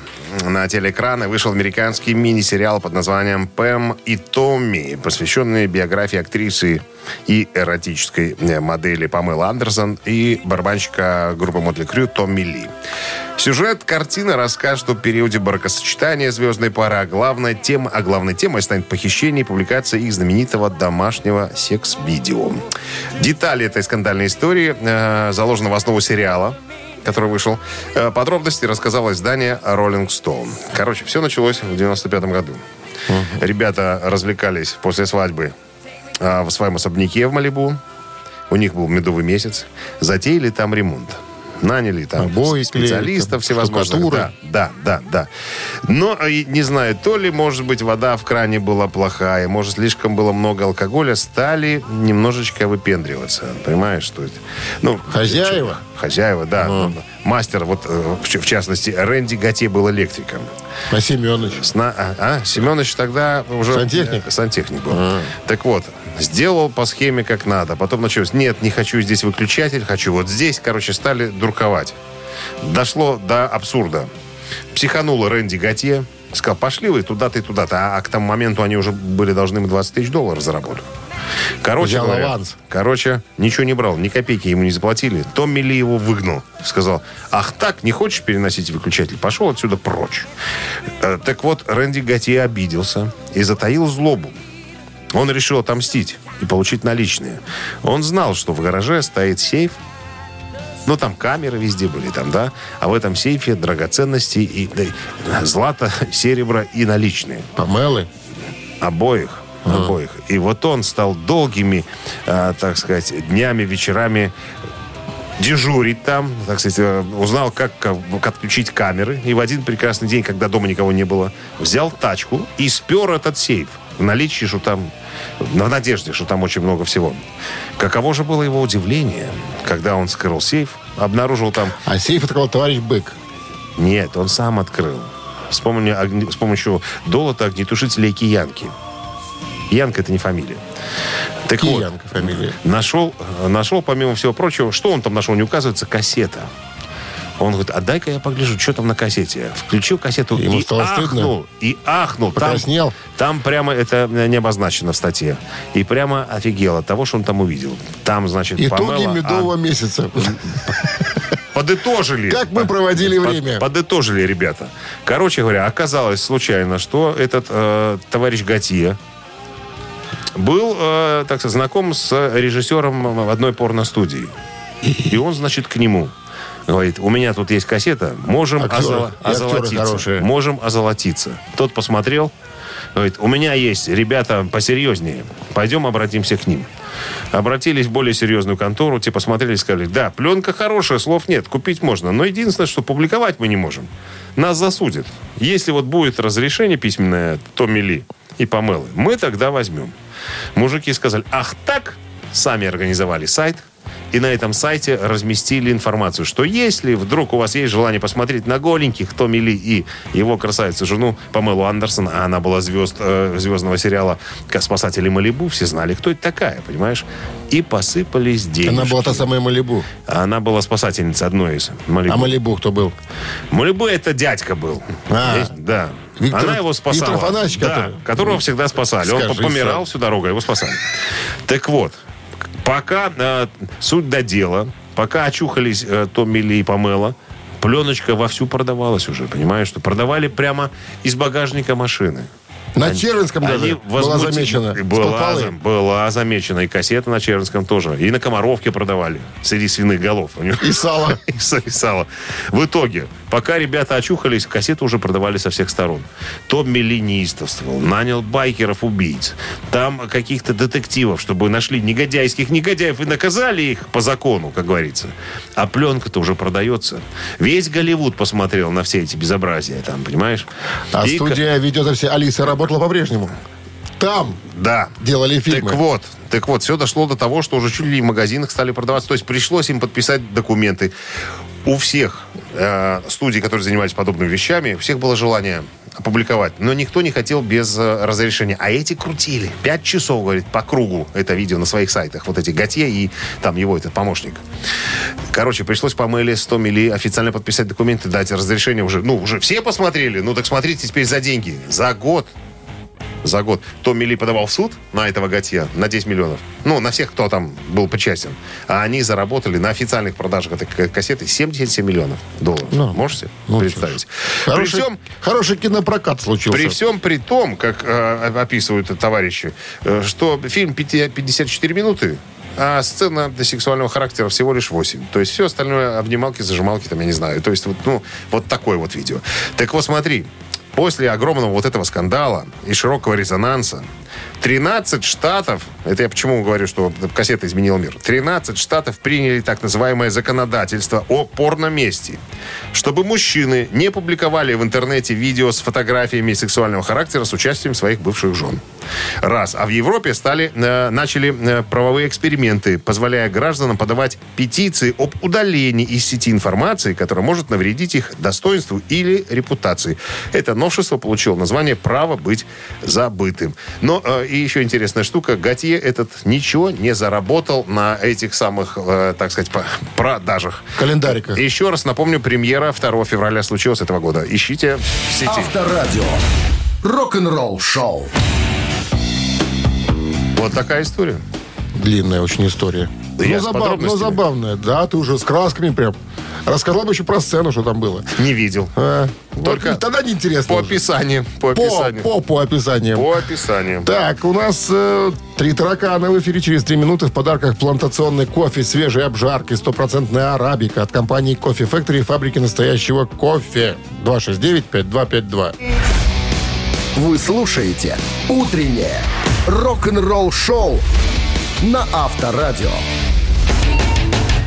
на телеэкраны вышел американский мини-сериал под названием «Пэм и Томми», посвященный биографии актрисы и эротической э, модели Памелы Андерсон и барабанщика группы Мотли Крю Томми Ли. Сюжет картины расскажет о периоде бракосочетания звездной пары, а, главная тема, а главной темой станет похищение и публикация их знаменитого домашнего секс-видео. Детали этой скандальной истории э, заложены в основу сериала, который вышел. Э, Подробности рассказало издание Rolling Stone. Короче, все началось в 95 году. Ребята развлекались после свадьбы э, в своем особняке в Малибу. У них был медовый месяц. Затеяли там ремонт. Наняли там
Обои клеили, там,
специалистов всевозможных.
штукатуры.
Да, да, да, да. Но э, не знаю, то ли, может быть, вода в кране была плохая, может, слишком было много алкоголя, стали немножечко выпендриваться. Понимаешь, что это? Ну,
Хозяева?
Хозяева, да. Ну, Мастер, вот э, в ч- в частности, Рэнди Готье был электриком.
А Семенович?
Сна- а, а, Семенович тогда уже...
Сантехник?
э, сантехник был. Так вот, сделал по схеме как надо. Потом началось, нет, не хочу здесь выключатель, хочу вот здесь. Короче, стали дурковать. Дошло до абсурда. Психанула Рэнди Готье. Сказал, пошли вы туда-то и туда-то. А, а к тому моменту они уже были должны им 20 тысяч долларов заработать. Короче,
Взял
говоря,
аванс.
короче, ничего не брал, ни копейки ему не заплатили. Томми Ли его выгнал. Сказал, ах так, не хочешь переносить выключатель? Пошел отсюда прочь. Э, Так вот, Рэнди Готье обиделся и затаил злобу. Он решил отомстить и получить наличные. Он знал, что в гараже стоит сейф, ну, там камеры везде были, там, да. А в этом сейфе драгоценности и да, и злато, серебро и наличные.
Помелы?
Обоих. Обоих. э, И вот он стал долгими, а, так сказать, днями, вечерами дежурить там, так сказать, э, узнал, как, как отключить камеры. И в один прекрасный день, когда дома никого не было, взял тачку и спер этот сейф в наличии, что там, в надежде, что там очень много всего. Каково же было его удивление, когда он скрыл сейф, обнаружил там
А сейф открыл товарищ Бык.
нет, он сам открыл. С помощью, огне- с помощью долота огнетушителя и киянки. Киянка это не фамилия. Так вот,
Киянка фамилия.
нашел, э, нашел, помимо всего прочего, что он там нашел, не указывается, кассета. Он говорит, а дай-ка я погляжу, что там на кассете. Включил кассету
Ему
и
стало
ахнул.
стыдно?
И ахнул. Там-
Покраснел?
там прямо, это не обозначено в статье. И прямо офигел от того, что он там увидел. Там, значит,
Итоги
Памела а?
медового месяца.
Подытожили.
Как мы
Под-
проводили
под-
время?
Подытожили, ребята. Короче говоря, оказалось случайно, что этот э, товарищ Готье был, э, так сказать, знаком с режиссером одной порностудии. И он, значит, к нему говорит, у меня тут есть кассета, можем
Актеры.
озоло-
И актеры
озолотиться.
хорошие.
Можем озолотиться. Тот посмотрел, говорит, у меня есть ребята посерьезнее, пойдем обратимся к ним. Обратились в более серьезную контору, те посмотрели и сказали, да, пленка хорошая, слов нет, купить можно, но единственное, что публиковать мы не можем. Нас засудят. Если вот будет разрешение письменное Томми Ли и Памелы, мы тогда возьмем. Мужики сказали, ах так, сами организовали сайт, и на этом сайте разместили информацию, что если вдруг у вас есть желание посмотреть на голеньких Томми Ли и его красавицу жену Памелу Андерсон, а она была звезд, э, звездного сериала «Спасатели Малибу», все знали, кто это такая, понимаешь? И посыпались деньги.
Она была та самая Малибу.
Она была спасательница одной из Малибу.
А Малибу кто был?
Малибу это дядька был.
А.
Есть? Да.
Виктор-
Она его спасала.
Виктор Афанасьевич,
Да,
который-
которого всегда спасали. Он
Скажи,
помирал всю дорогу, а его спасали. Так вот, пока э, суть до дела, пока очухались э, Томми Ли и Памела, пленочка вовсю продавалась уже, понимаешь, что продавали прямо из багажника машины.
На Червинском даже
Они
была
возмути-
замечена. с
Была,
подпалой.
зам- была замечена. И кассета на Червинском тоже. И на Комаровке продавали. Среди свиных голов.
И сало.
И с- и сало. В итоге, пока ребята очухались, кассеты уже продавали со всех сторон. Томми Ли неистовствовал, нанял байкеров-убийц, там каких-то детективов, чтобы нашли негодяйских негодяев и наказали их по закону, как говорится. А пленка-то уже продается. Весь Голливуд посмотрел на все эти безобразия там, понимаешь?
А
И к-
студия видеозаписи Алиса работала по-прежнему. Там
Да.
делали фильмы.
Так вот, так вот, все дошло до того, что уже чуть ли не в магазинах стали продаваться. То есть пришлось им подписать документы. У всех э, студий, которые занимались подобными вещами, у всех было желание опубликовать. Но никто не хотел без э, разрешения. А эти крутили. Пять часов, говорит, по кругу это видео на своих сайтах. Вот эти Готье и там его этот помощник. Короче, пришлось по Мэйле 100 мили официально подписать документы, дать разрешение уже. Ну, уже все посмотрели. Ну, так смотрите теперь за деньги. За год за год. Томми Ли подавал в суд на этого Готье на 10 миллионов. Ну, на всех, кто там был причастен. А они заработали на официальных продажах этой к- кассеты 77 миллионов долларов.
Ну,
Можете
ну,
представить? При
Хороший,
всем,
хороший кинопрокат случился.
при всем при том, как э, описывают товарищи, э, что фильм пяти- 54 минуты, а сцена до сексуального характера всего лишь 8. То есть все остальное обнималки, зажималки, там, я не знаю. То есть вот, ну, вот такое вот видео. Так вот смотри, после огромного вот этого скандала и широкого резонанса 13 штатов, это я почему говорю, что кассета изменила мир, 13 штатов приняли так называемое законодательство о порноместе, чтобы мужчины не публиковали в интернете видео с фотографиями сексуального характера с участием своих бывших жен. Раз. А в Европе стали, э, начали э, правовые эксперименты, позволяя гражданам подавать петиции об удалении из сети информации, которая может навредить их достоинству или репутации. Это новшество получило название «Право быть забытым». Но э, и еще интересная штука. Готье этот ничего не заработал на этих самых, э, так сказать, по- продажах.
Календарика.
Еще раз напомню, премьера 2 февраля случилась этого года. Ищите в сети.
Авторадио. Рок-н-ролл шоу.
Вот такая история.
Длинная очень история.
Да я с
забав- ну,
подробностями.
забавная. Да, ты уже с красками прям. Рассказал бы еще про сцену, что там было.
Не видел.
А,
Только
вот тогда неинтересно.
По
уже.
описанию. По
По,
описанию.
по, по описанию.
По описанию.
Так, у нас э, три таракана в эфире через три минуты. В подарках плантационный кофе, свежий обжарки, стопроцентная арабика от компании Кофе Factory, фабрики настоящего кофе. 269-5252.
Вы слушаете «Утреннее рок-н-ролл-шоу» на Авторадио.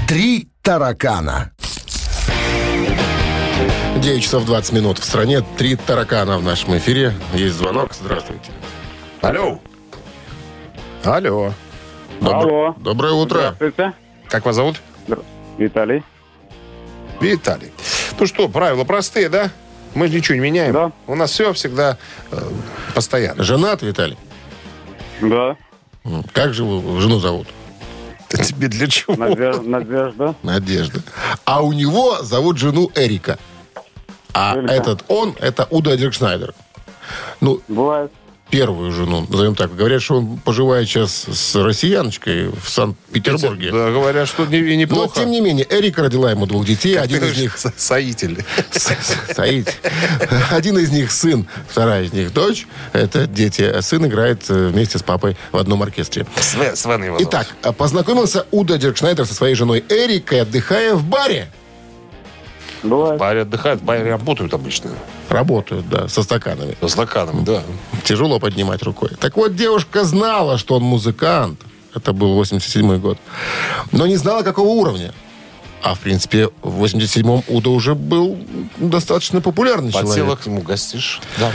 Три таракана.
9 часов 20 минут. В стране три таракана в нашем эфире. Есть звонок. Здравствуйте.
Алло.
Алло. Добр-
Алло.
Доброе утро.
Здравствуйте.
Как вас зовут?
Виталий.
Виталий. Ну что, правила простые, да? Мы же ничего не меняем.
Да.
У нас все всегда э, постоянно.
Женат, Виталий?
Да.
М, Как же вы- жену зовут?
Тебе для чего?
Надежда. Надежда.
Надежда. А у него зовут жену Эрика. А
Эрика.
этот он, это Уда Диркшнайдер. Ну,
Бывает.
первую жену, назовем так. Говорят, что он поживает сейчас с россияночкой в Санкт-Петербурге.
Да, говорят, что Ну, не, и
Но,
неплохо.
тем не менее, Эрика родила ему двух детей. Один из них...
Со- Соитель.
Саид. Один из них сын, вторая из них дочь. Это дети. А Сын играет э, вместе с папой в одном оркестре.
Свен, Свен его зовут.
Итак, а, познакомился Уда Диркшнайдер со своей женой Эрикой, отдыхая в баре.
В
Бывает.
баре отдыхают, в баре работают обычно.
Работают, да, со стаканами.
С лаканом, да.
Тяжело поднимать рукой. Так вот, девушка знала, что он музыкант. Это был 87 год. Но не знала, какого уровня. А, в принципе, в 87-м Уда уже был достаточно популярный человек.
Подселок ему гостишь. Да.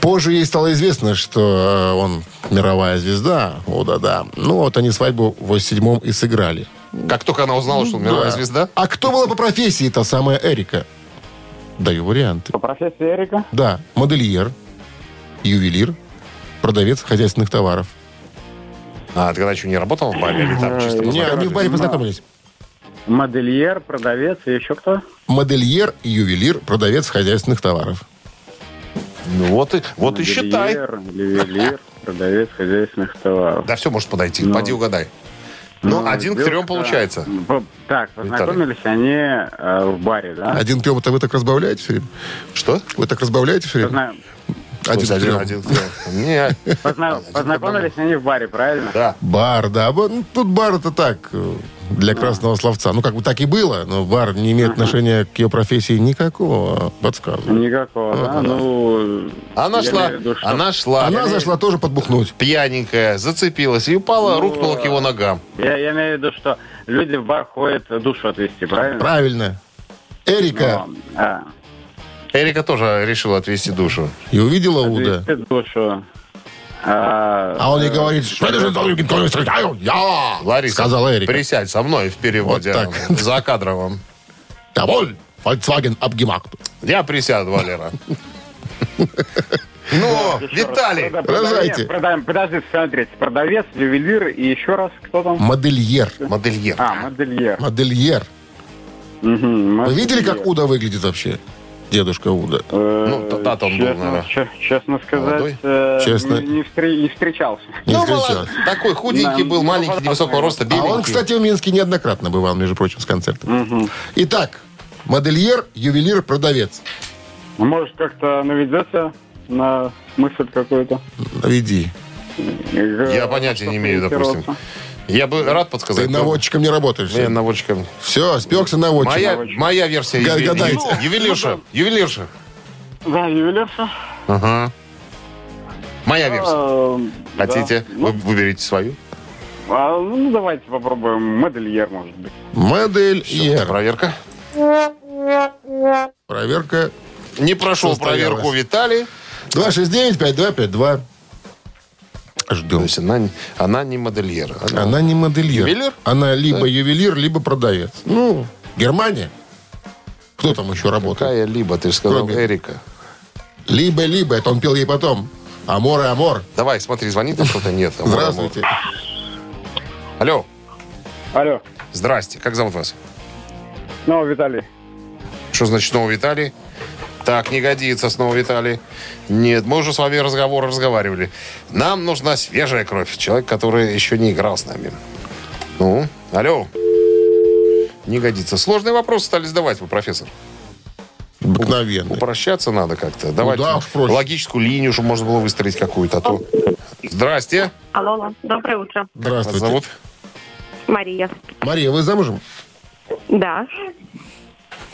Позже ей стало известно, что э, он мировая звезда. О, да-да. Ну, вот они свадьбу в 87-м и сыграли.
Как только она узнала, что он мировая
Да.
звезда,
А кто была по профессии та самая Эрика? Даю варианты.
По профессии Эрика.
Да, модельер, ювелир, продавец хозяйственных товаров.
а ты когда еще не работал в баре или там чисто
Не, они в баре познакомились.
Модельер, продавец и еще кто?
Модельер, ювелир, продавец хозяйственных товаров.
Ну вот и, вот и считай.
Модельер, ювелир, продавец хозяйственных товаров.
Да все может подойти.
Ну.
Поди угадай. Ну,
Ну,
один к
девушка-
трем получается.
Б- Так, познакомились они э, в баре, да?
Один к трем, это вы так разбавляете все время?
Что?
Вы так разбавляете все время?
Позна-
Один к трем.
Один к трем. Не,
позна- Познакомились они в баре, правильно?
да.
Бар, да. Б- ну, Тут бар это так, э, для красного словца. Ну, как бы так и было, но бар не имеет отношения к ее профессии никакого, подсказываю.
Никакого, да? Ну,
Она
я
шла,
имею в виду, что-
она шла.
Она зашла тоже подбухнуть.
Пьяненькая, зацепилась и упала, рухнула к его ногам.
Я, я имею в виду, что люди в бар ходят душу отвести, правильно?
Правильно. Эрика.
Ну, а,
Эрика тоже решила отвести душу.
И увидела Уда.
отвести душу. А,
А он ей говорит, что это же за люди, которые встречают? Я!
Лариса,
Сказала Эрика.
присядь со мной в переводе
Вот так.
а, за кадровым.
Доволь. Volkswagen Abgemacht.
Я присяду, Валера. Ну, Виталий,
прода-
рожайте.
продавец, прода- Подожди, смотрите, продавец, ювелир и еще раз кто там?
Модельер.
модельер.
А, модельер.
Модельер.
Мгм,
Вы видели, как
модельер.
Уда выглядит вообще? Дедушка Уда.
Э,
Ну, тогда-то он был,
честно,
наверное,
че- честно сказать,
молодой.
э,
Честно.
Не, не встре- не встречался.
Не
Ну,
встречалась.
молодец. Такой худенький
Да,
был,
ну,
маленький, невысокого
посмотрим.
роста,
А он,
беленький.
кстати, в Минске неоднократно бывал, между прочим, с концертом. Итак, модельер, ювелир, продавец.
Может, как-то наведется на мысль какую-то?
Веди.
Я понятия не имею, допустим. Я бы рад подсказать.
Ты
но
наводчиком не работаешь.
Я наводчиком.
Все, спекся наводчик.
Моя, моя версия.
Га-
юве-
гадайте.
ю-
Ну
Ювелирша. Ювелирша.
Да, ювелирша.
Ага. Моя версия.
Эм, да.
Хотите? Вы-
Ну,
Выберите свою.
а, ну, давайте попробуем модельер, может быть.
Это
Модельер.
проверка.
Проверка.
Не прошел
Состоялась.
проверку Виталий.
269-5252.
То
Ждем.
есть она, не- она не модельер. Она,
Ну. Она не модельер.
Ювелир?
Она либо ювелир, либо продавец. Ну, Германия. Кто там еще работает?
какая-либо, ты же сказал,
Кроме-
Эрика.
Либо-либо. Это он пел ей потом. Амор и амор.
Давай, смотри, звонит там кто-то? Нет. а,
Здравствуйте.
мама. Алло,
Алло.
здрасте. Как зовут вас?
Ну, Виталий.
Что значит снова Виталий? Так, не годится снова Виталий. Нет, мы уже с вами разговор разговаривали. Нам нужна свежая кровь. Человек, который еще не играл с нами. Ну, алло. Не годится. Сложные вопросы стали задавать вы, профессор.
Обыкновенный.
Упрощаться надо как-то. Давайте
Ну да, уж проще.
логическую линию, чтобы можно было выстроить какую-то. а то- Здрасте.
Алло, алло. Доброе утро.
Вас
Здравствуйте.
зовут?
Мария.
Мария, вы замужем?
Да.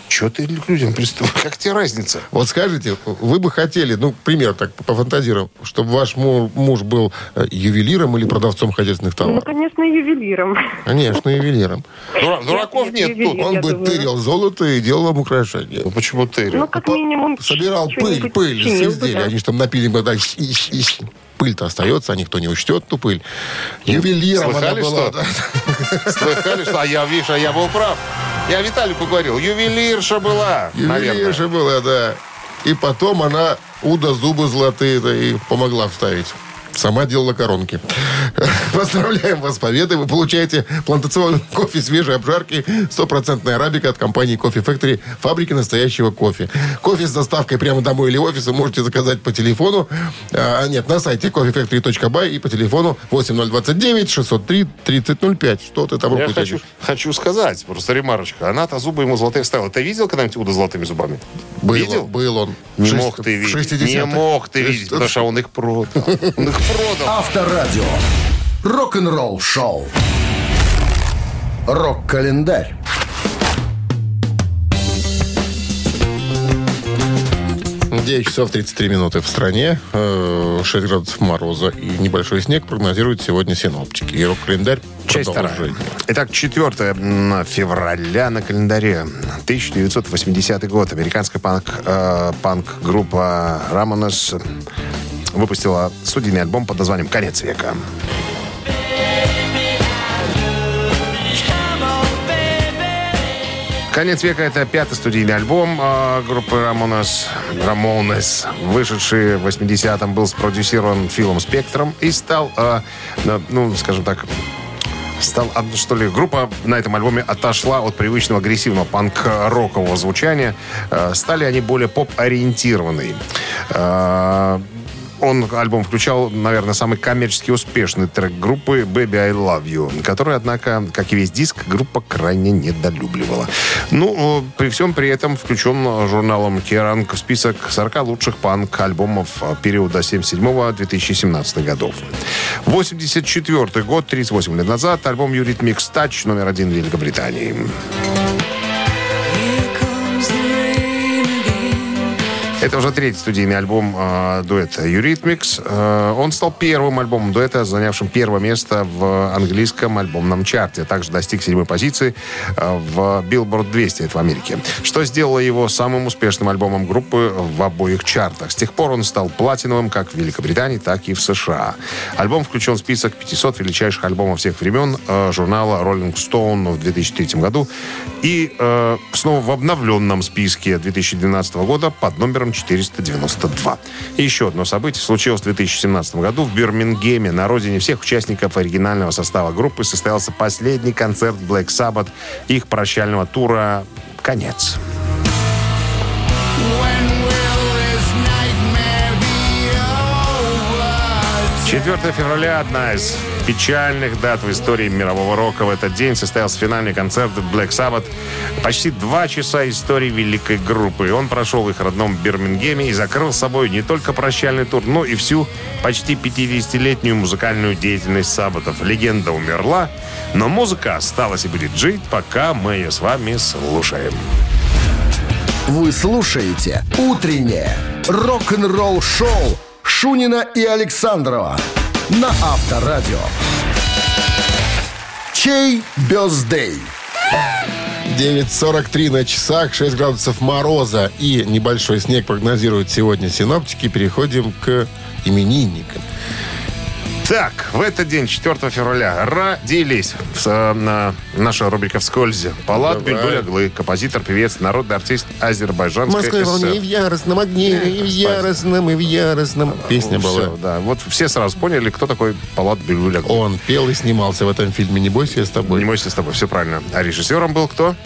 Че ты к людям пристал? Как тебе разница?
Вот скажите, вы бы хотели, ну, пример так, пофантазируем, чтобы ваш му- муж был э, ювелиром или продавцом хозяйственных
Ну,
товаров?
конечно, ювелиром.
Конечно, ювелиром.
Дура- дураков
я
нет тут.
ювелир.
Он
Я
бы
думаю.
тырил золото и делал вам украшения.
Ну почему ты?
Ну, как минимум,
Собирал пыль,
что-нибудь
пыль с
чинил бы,
изделий.
да.
Они же там напили бы, да, ищ- ищ- ищ. Пыль-то остается, а никто не учтет ту пыль. Ювелиром она
Слыхали,
была.
что?
да.
Слыхали, что? А я, видишь, а я был прав. Я Виталику говорил, ювелирша была, наверное.
Ювелирша была, да. И потом она Уда зубы золотые да, и помогла вставить. Сама делала коронки. Поздравляем вас с победой. Вы получаете плантационный кофе свежей обжарки, стопроцентная арабика от компании Coffee Factory, фабрики настоящего кофе. Кофе с доставкой прямо домой или в офис вы можете заказать по телефону. а, нет, на сайте coffeefactory.by и по телефону 8029-603-3005. Что ты там
Я
руку
хочу,
тянешь?
хочу сказать, просто ремарочка. Она-то зубы ему золотые вставила. Ты видел когда-нибудь Уда с золотыми зубами?
Был,
Видел?
был он.
Не
В шесть-
мог ты
в
видеть.
60-х.
Не мог ты видеть, потому что он их продал. Он их продал.
Авторадио. Рок-н-ролл шоу. Рок-календарь.
9 часов 33 минуты в стране, э, 6 градусов мороза и небольшой снег прогнозируют сегодня синоптики. И рок-календарь
Часть вторая.
продолжение.
Итак, 4 м, февраля на календаре. 1980 год. Американская панк, э, панк-группа Рамонес выпустила студийный альбом под названием «Конец века». «Конец века» — это пятый студийный альбом э, группы Рамонес. Рамонес, вышедший в 80-м, был спродюсирован Филом Спектром и стал, э, на- ну, скажем так, стал, а, что ли, группа на этом альбоме отошла от привычного агрессивного панк-рокового звучания. Э, Стали они более поп-ориентированные. Э, Он альбом включал, наверное, самый коммерчески успешный трек группы «Baby I Love You», который, однако, как и весь диск, группа крайне недолюбливала. Ну, э, при всем при этом включен журналом Керанг в список 40 лучших панк-альбомов э, периода 77-2017 годов. 84 год, 38 лет назад, альбом «Юритмикс Тач» номер один в Великобритании. Это уже третий студийный альбом э, дуэта «Юритмикс». Э, он стал первым альбомом дуэта, занявшим первое место в английском альбомном чарте. Также достиг седьмой позиции э, в Billboard 200, это в Америке. Что сделало его самым успешным альбомом группы в обоих чартах. С тех пор он стал платиновым как в Великобритании, так и в США. Альбом включен в список 500 величайших альбомов всех времен э, журнала Rolling Stone в 2003 году и э, снова в обновленном списке 2012 года под номером 492. И еще одно событие случилось в 2017 году в Бирмингеме. На родине всех участников оригинального состава группы состоялся последний концерт Black Sabbath их прощального тура «Конец». Четвертое февраля – одна из печальных дат в истории мирового рока. В этот день состоялся финальный концерт Black Sabbath. Почти два часа истории великой группы. Он прошел в их родном Бирмингеме и закрыл с собой не только прощальный тур, но и всю почти 50-летнюю музыкальную деятельность Саббатов. Легенда умерла, но музыка осталась и будет жить, пока мы ее с вами слушаем.
Вы слушаете «Утреннее рок-н-ролл-шоу» Шунина и Александрова на Авторадио. Чей бездей?
9.43 на часах, 6 градусов мороза и небольшой снег прогнозируют сегодня синоптики. Переходим к именинникам.
Так, в этот день, 4 февраля, родились в- э, на- наша рубрика «Вскользи». Палат
Давай.
Бюльбюль Аглы, композитор, певец, народный артист Азербайджанской
Москва волне и в
ССР.
яростном огне, и в яростном, и в яростном. Песня была.
Всё, да. Вот все сразу поняли, кто такой Палат Бюльбюль Аглы.
Он пел и снимался в этом фильме «Не бойся, я с
Не
тобой».
мойся с тобой, все правильно. А режиссером был кто?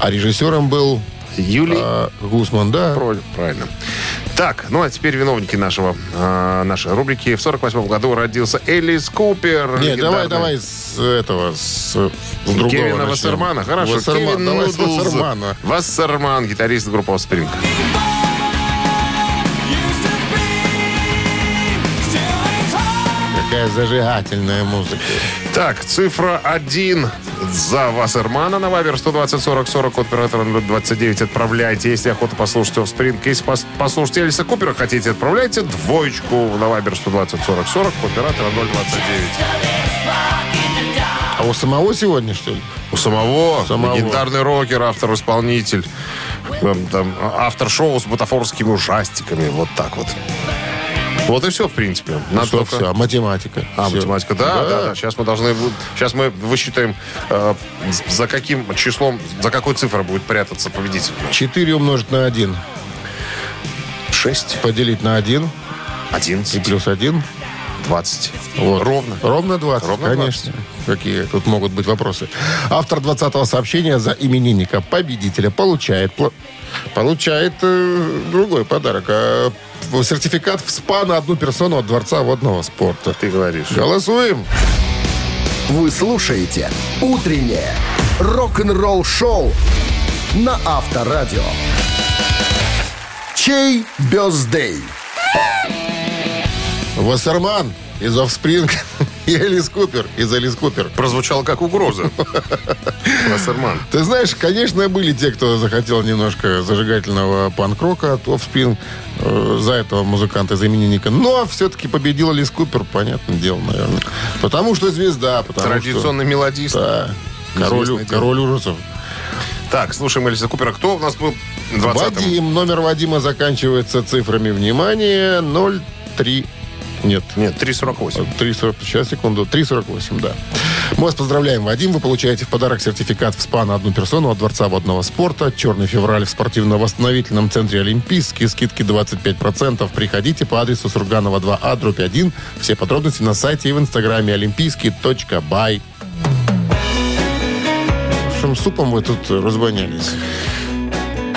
А режиссером был
Юлий
э, Гусман, да?
Проль, правильно. Так, ну а теперь виновники нашего, э, нашей рубрики. В 48 году родился Элис Купер.
Нет, давай,
легендарный.
давай с этого, с, с другого
Кевина
начнем.
Вассермана. Хорошо,
Вассерман,
Кевин
давай с
Нудлз.
Вассермана.
Вассерман, гитарист группы «Спринг».
Какая зажигательная музыка.
Так, цифра 1 за Вассермана на Вайбер 120-40-40, код оператора 029 отправляйте. Если охота послушать Offspring, если пос- послушать Элиса Купера хотите, отправляйте двоечку на Вайбер 120-40-40, код оператора 029.
А у самого сегодня, что ли?
У самого,
Самого.
легендарный рокер, автор-исполнитель, эм, там, автор шоу с бутафорскими ужастиками, вот так вот. Вот и все, в принципе. Надо
Ну Что
только-
все, математика.
А,
Всё.
математика, да, да,
Да.
да, Сейчас мы должны... Сейчас мы высчитаем, э, за каким числом, за какой цифрой будет прятаться победитель.
4 умножить на 1.
6,
Поделить на 1 и
11,
плюс 1.
20.
Вот.
Ровно.
Ровно 20,
Ровно
конечно. Какие тут могут быть вопросы. Автор 20-го сообщения за именинника победителя получает... пла- Получает э, другой подарок. а, в- сертификат в СПА на одну персону от Дворца водного спорта.
Ты говоришь.
Голосуем.
Вы слушаете «Утреннее рок-н-ролл-шоу» на Авторадио. Чей бездей?
Вассерман из Offspring и Элис Купер из Элис Купер.
Прозвучало как угроза. Вассерман.
Ты знаешь, конечно, были те, кто захотел немножко зажигательного панк-рока от Offspring, э, за этого музыканта, за именинника. Но все-таки победил Лис Купер, понятное дело, наверное. Потому что звезда, потому
Традиционный мелодист.
что... Да. Король,
Известное дело.
король ужасов.
Так, слушаем Элиса Купера. Кто у нас был 20
Вадим. Номер Вадима заканчивается цифрами. Внимание, 03... Нет,
Нет, 348.
3.40, сейчас, секунду, 3.48, да. Мы вас поздравляем, Вадим. Вы получаете в подарок сертификат в СПА на одну персону от Дворца водного спорта. Черный февраль в спортивно-восстановительном центре Олимпийский. Скидки 25%. Приходите по адресу Сурганова 2А, дробь 1. Все подробности на сайте и в инстаграме олимпийский.бай. Шум супом вы тут разбонялись.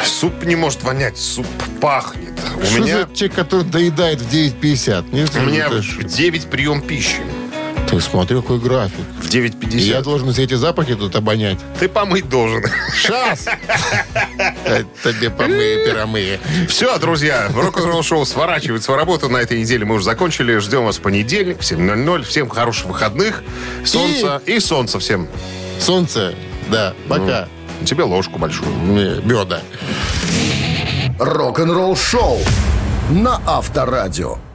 Суп не может вонять, суп пахнет. У
Что
меня,
за Ну, человек, который доедает в 9.50? Нет,
у меня
ты,
в 9 прием пищи.
ты смотри, какой график.
В
И
9.50.
я должен все эти запахи тут обонять.
Ты помыть должен.
Шас! Э, Тебе помые пирамые.
Все, друзья, рок-н-ролл шоу сворачивает свою работу. На этой неделе мы уже закончили. Ждем вас в понедельник в 7.00. Всем хороших выходных. Солнца и, солнца всем.
Солнце, да, пока. Э,
Тебе ложку большую.
М, Беда.
Рок-н-ролл-шоу на Авторадио.